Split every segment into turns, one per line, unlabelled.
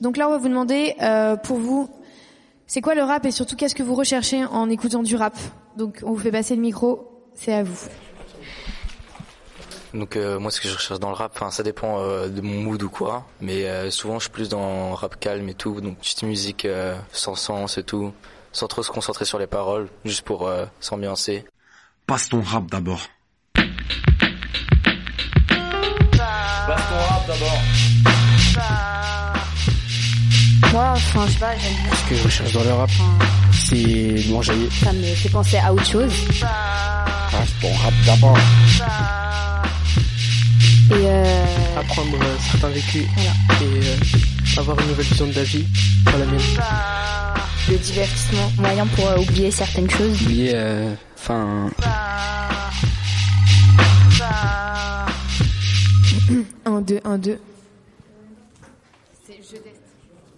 Donc là, on va vous demander, euh, pour vous, c'est quoi le rap et surtout qu'est-ce que vous recherchez en écoutant du rap Donc on vous fait passer le micro, c'est à vous.
Donc euh, moi ce que je recherche dans le rap, enfin ça dépend euh, de mon mood ou quoi, mais euh, souvent je suis plus dans rap calme et tout, donc petite musique euh, sans sens et tout, sans trop se concentrer sur les paroles, juste pour euh, s'ambiancer.
Passe ton rap d'abord.
Passe ton rap d'abord.
Moi, enfin, je sais pas, j'aime bien.
Ce que je recherche dans le rap, c'est de m'enjailler.
Ça me fait penser à autre chose.
Ah,
Passe ton rap d'abord.
Et euh,
apprendre euh, certains vécus
Voilà.
et euh, avoir une nouvelle vision de la vie, pas la mienne.
le divertissement, moyen pour euh, oublier certaines choses.
Oublier, euh, enfin,
Un, deux, un, deux.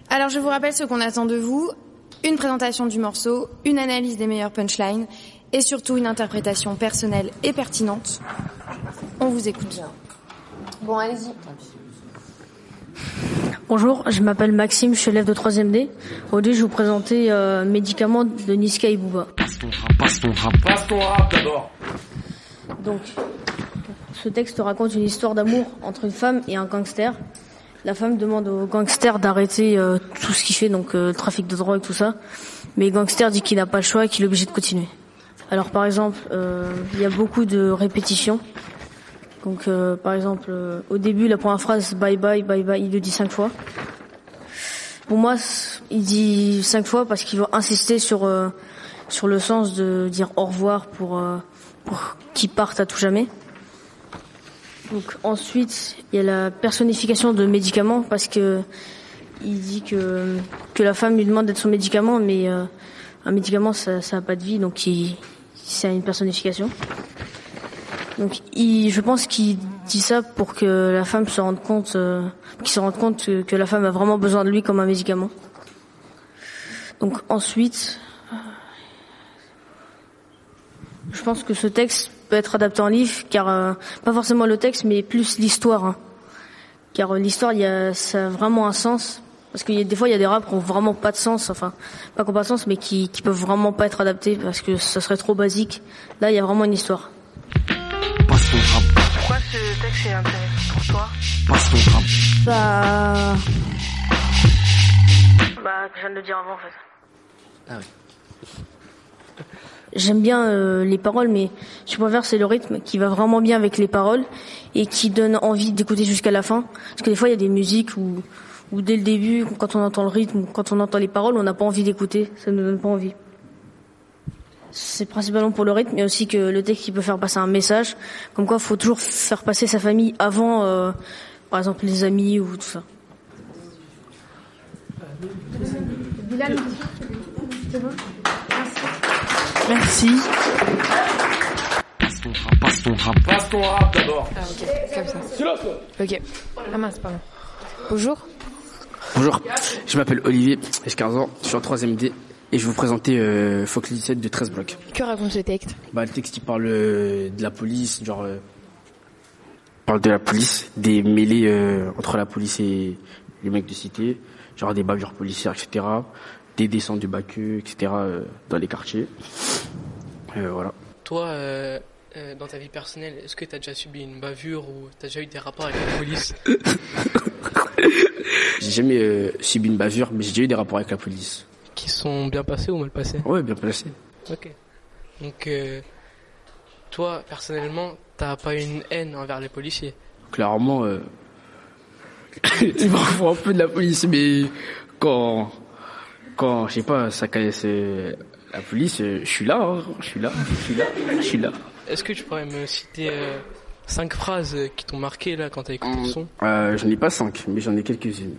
Alors je vous rappelle ce qu'on attend de vous une présentation du morceau, une analyse des meilleurs punchlines et surtout une interprétation personnelle et pertinente. On vous écoute.
Bon, allez-y.
Bonjour, je m'appelle Maxime, je suis élève de 3ème D. Aujourd'hui, je vais vous présenter euh, Médicaments de Niska et Booba.
Passe ton rap, passe ton rap.
Passe ton rap d'abord.
Donc, ce texte raconte une histoire d'amour entre une femme et un gangster. La femme demande au gangster d'arrêter euh, tout ce qu'il fait, donc euh, le trafic de drogue, tout ça. Mais le gangster dit qu'il n'a pas le choix et qu'il est obligé de continuer. Alors, par exemple, euh, il y a beaucoup de répétitions. Donc, euh, par exemple, euh, au début, la première phrase, bye bye, bye bye, il le dit cinq fois. Pour moi, c- il dit cinq fois parce qu'il veut insister sur euh, sur le sens de dire au revoir pour euh, pour qu'il parte à tout jamais. Donc ensuite, il y a la personnification de médicaments parce que il dit que que la femme lui demande d'être son médicament, mais euh, un médicament ça ça a pas de vie, donc il c'est une personnification. Donc il, je pense qu'il dit ça pour que la femme se rende compte, euh, qu'il se rende compte que, que la femme a vraiment besoin de lui comme un médicament. Donc ensuite, euh, je pense que ce texte peut être adapté en livre, car euh, pas forcément le texte, mais plus l'histoire, hein. car euh, l'histoire, il y a, ça a vraiment un sens. Parce que des fois, il y a des raps qui ont vraiment pas de sens, enfin, pas qui ont pas de sens, mais qui, qui peuvent vraiment pas être adaptés parce que ça serait trop basique. Là, il y a vraiment une histoire.
Passe ton rap,
Pourquoi ce texte est intéressant pour toi
passe ton rap.
Bah,
Bah, je viens de le dire avant en fait.
J'aime bien euh, les paroles, mais je préfère c'est le rythme qui va vraiment bien avec les paroles et qui donne envie d'écouter jusqu'à la fin. Parce que des fois, il y a des musiques où, où dès le début, quand on entend le rythme, ou quand on entend les paroles, on n'a pas envie d'écouter. Ça ne donne pas envie. C'est principalement pour le rythme, mais aussi que le texte qui peut faire passer un message. Comme quoi, faut toujours faire passer sa famille avant, euh, par exemple, les amis ou tout ça.
Merci.
Passe ton rap, passe ton rap.
Passe ton rap d'abord. Silence. toi.
Ok. Ah mince, pardon. Bonjour.
bonjour, je m'appelle Olivier, j'ai 15 ans, je suis en 3ème D et je vais vous présenter euh, Folk 17 de 13 blocs.
Que raconte ce texte
Bah, le texte qui parle euh, de la police, genre. euh, parle de la police, des mêlées euh, entre la police et les mecs de cité, genre des bavures policières, etc. Des descentes de baqueux, etc. euh, dans les quartiers. Euh, voilà.
Toi, euh, euh, dans ta vie personnelle, est-ce que t'as déjà subi une bavure ou t'as déjà eu des rapports avec la police
J'ai jamais euh, subi une bavure, mais j'ai déjà eu des rapports avec la police.
qui sont bien passés ou mal passés
Ouais, bien placé.
Ok. Donc, euh, toi, personnellement, t'as pas une haine envers les policiers
Clairement, euh... tu parfois un peu de la police, mais quand, quand, je sais pas, ça casse euh, la police, euh, je suis là, hein, je suis là, je suis là, je suis là.
Est-ce que tu pourrais me citer euh, cinq phrases euh, qui t'ont marqué là quand t'as écouté le son
Euh, j'en ai pas cinq, mais j'en ai quelques-unes.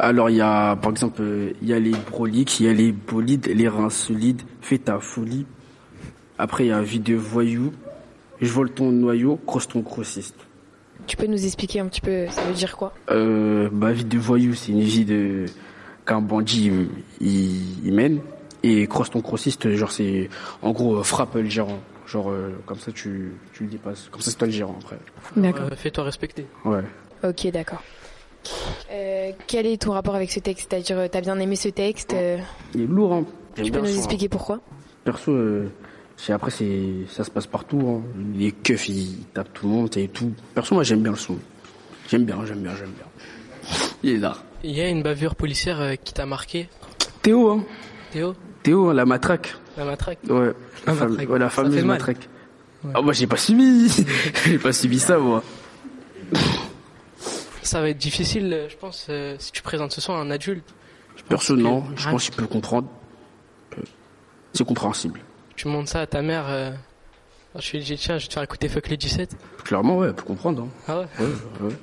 Alors il y a, par exemple, euh, il y a les broliques, il y a les bolides, les reins solides, fais ta folie. Après il y a vie de voyou, je vole ton noyau, crosse ton grossiste.
Tu peux nous expliquer un petit peu, ça veut dire quoi
Euh, bah, vie de voyou, c'est une vie de qu'un bandit euh, il, il mène. Et crosse ton grossiste, genre c'est, en gros, euh, frappe le gérant. Genre euh, comme ça tu, tu le dépasses, comme ça c'est toi le gérant après.
D'accord.
Euh, Fais-toi respecter.
Ouais.
Ok, d'accord. Euh, quel est ton rapport avec ce texte C'est-à-dire, euh, t'as bien aimé ce texte euh,
Il est lourd, hein. J'aime
Tu peux
bien
nous
son-
expliquer pourquoi
Perso, euh, c'est- après, c'est, ça se passe partout. hein. Les keufs, ils tapent tout le monde et tout. Perso, moi, j'aime bien le son. J'aime bien, j'aime bien, j'aime bien. Il est là.
Il y a une bavure policière euh, qui t'a marqué,
Théo, hein.
Théo,
Théo, hein, la matraque.
la matraque.
Ouais, la, fame-
matraque.
ouais, la
Ça
fameuse
fait mal.
matraque. Ah, moi, j'ai pas subi. j'ai pas subi ça, moi.
Ça va être difficile, euh, je pense, euh, si tu présentes ce soir à un adulte. Je pense
Perso,
que-
non. Je
Ouais.
pense qu'il peut comprendre. Euh, C'est compréhensible.
Tu montes ça à ta mère. euh, je suis le tiens, je vais te faire écouter Fuck les 17.
Clairement, ouais, elle peut comprendre. hein.
Ah ouais
Ouais, ouais.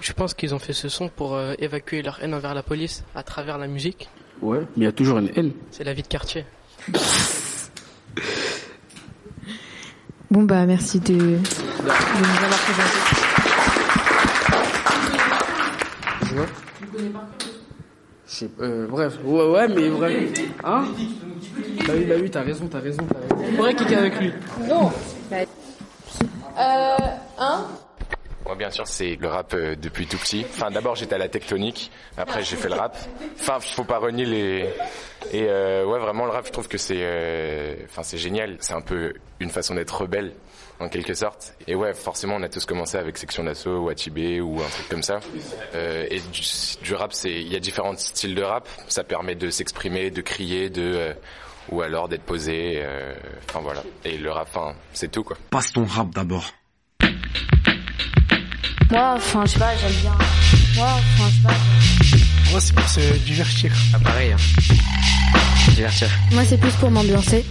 Je pense qu'ils ont fait ce son pour euh, évacuer leur haine envers la police à travers la musique.
Ouais, mais il y a toujours une haine.
C'est la vie de quartier.
Bon bah merci de, de nous avoir présenté.
Je sais pas, euh, bref, ouais, ouais, mais bref. Hein Bah oui, bah oui, t'as raison, t'as raison, t'as raison.
On pourrait kicker avec lui.
Moi, bien sûr, c'est le rap euh, depuis tout petit. Enfin, d'abord, j'étais à la tectonique. Après, j'ai fait le rap. Enfin, faut pas renier les. Et euh, ouais, vraiment, le rap, je trouve que c'est. euh, Enfin, c'est génial. C'est un peu une façon d'être rebelle, en quelque sorte. Et ouais, forcément, on a tous commencé avec Section d'assaut, ou Atibé, ou un truc comme ça. Euh, et du, du rap, c'est. Il y a différents styles de rap. Ça permet de s'exprimer, de crier, de. euh, ou alors d'être posé. euh, Enfin, voilà. Et le rap, enfin, c'est tout, quoi.
Passe ton rap d'abord.
Moi, enfin, je sais pas, j'aime bien. Moi, enfin, je sais pas.
Moi, c'est pour se divertir.
Ah, pareil. Hein. Divertir.
Moi, c'est plus pour m'ambiancer,